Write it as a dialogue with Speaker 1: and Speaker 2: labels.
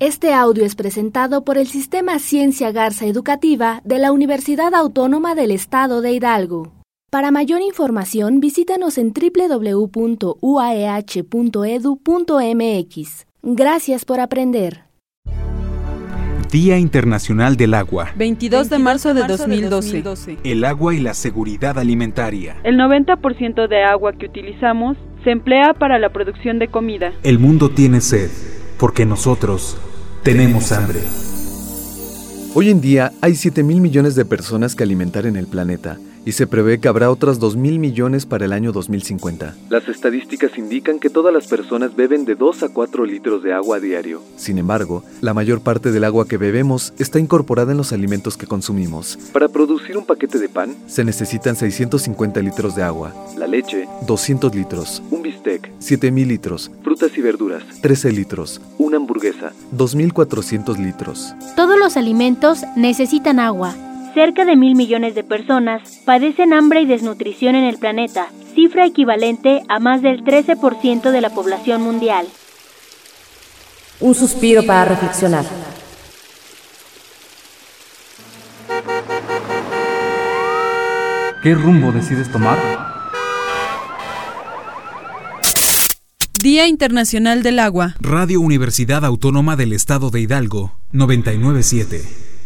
Speaker 1: Este audio es presentado por el Sistema Ciencia Garza Educativa de la Universidad Autónoma del Estado de Hidalgo. Para mayor información, visítanos en www.uaeh.edu.mx. Gracias por aprender.
Speaker 2: Día Internacional del Agua,
Speaker 3: 22 de marzo de 2012.
Speaker 2: el agua y la seguridad alimentaria.
Speaker 4: El 90% de agua que utilizamos se emplea para la producción de comida.
Speaker 2: El mundo tiene sed, porque nosotros tenemos hambre.
Speaker 5: Hoy en día hay 7 mil millones de personas que alimentar en el planeta y se prevé que habrá otras 2 mil millones para el año 2050. Las estadísticas indican que todas las personas beben de 2 a 4 litros de agua a diario. Sin embargo, la mayor parte del agua que bebemos está incorporada en los alimentos que consumimos. Para producir un paquete de pan se necesitan 650 litros de agua, la leche 200 litros, un bistec 7000 litros, frutas y verduras 13 litros, una hamburguesa 2400 litros.
Speaker 6: Todos los alimentos necesitan agua.
Speaker 7: Cerca de mil millones de personas padecen hambre y desnutrición en el planeta, cifra equivalente a más del 13% de la población mundial.
Speaker 8: Un suspiro para reflexionar.
Speaker 9: ¿Qué rumbo decides tomar?
Speaker 3: Día Internacional del Agua.
Speaker 2: Radio Universidad Autónoma del Estado de Hidalgo, 997.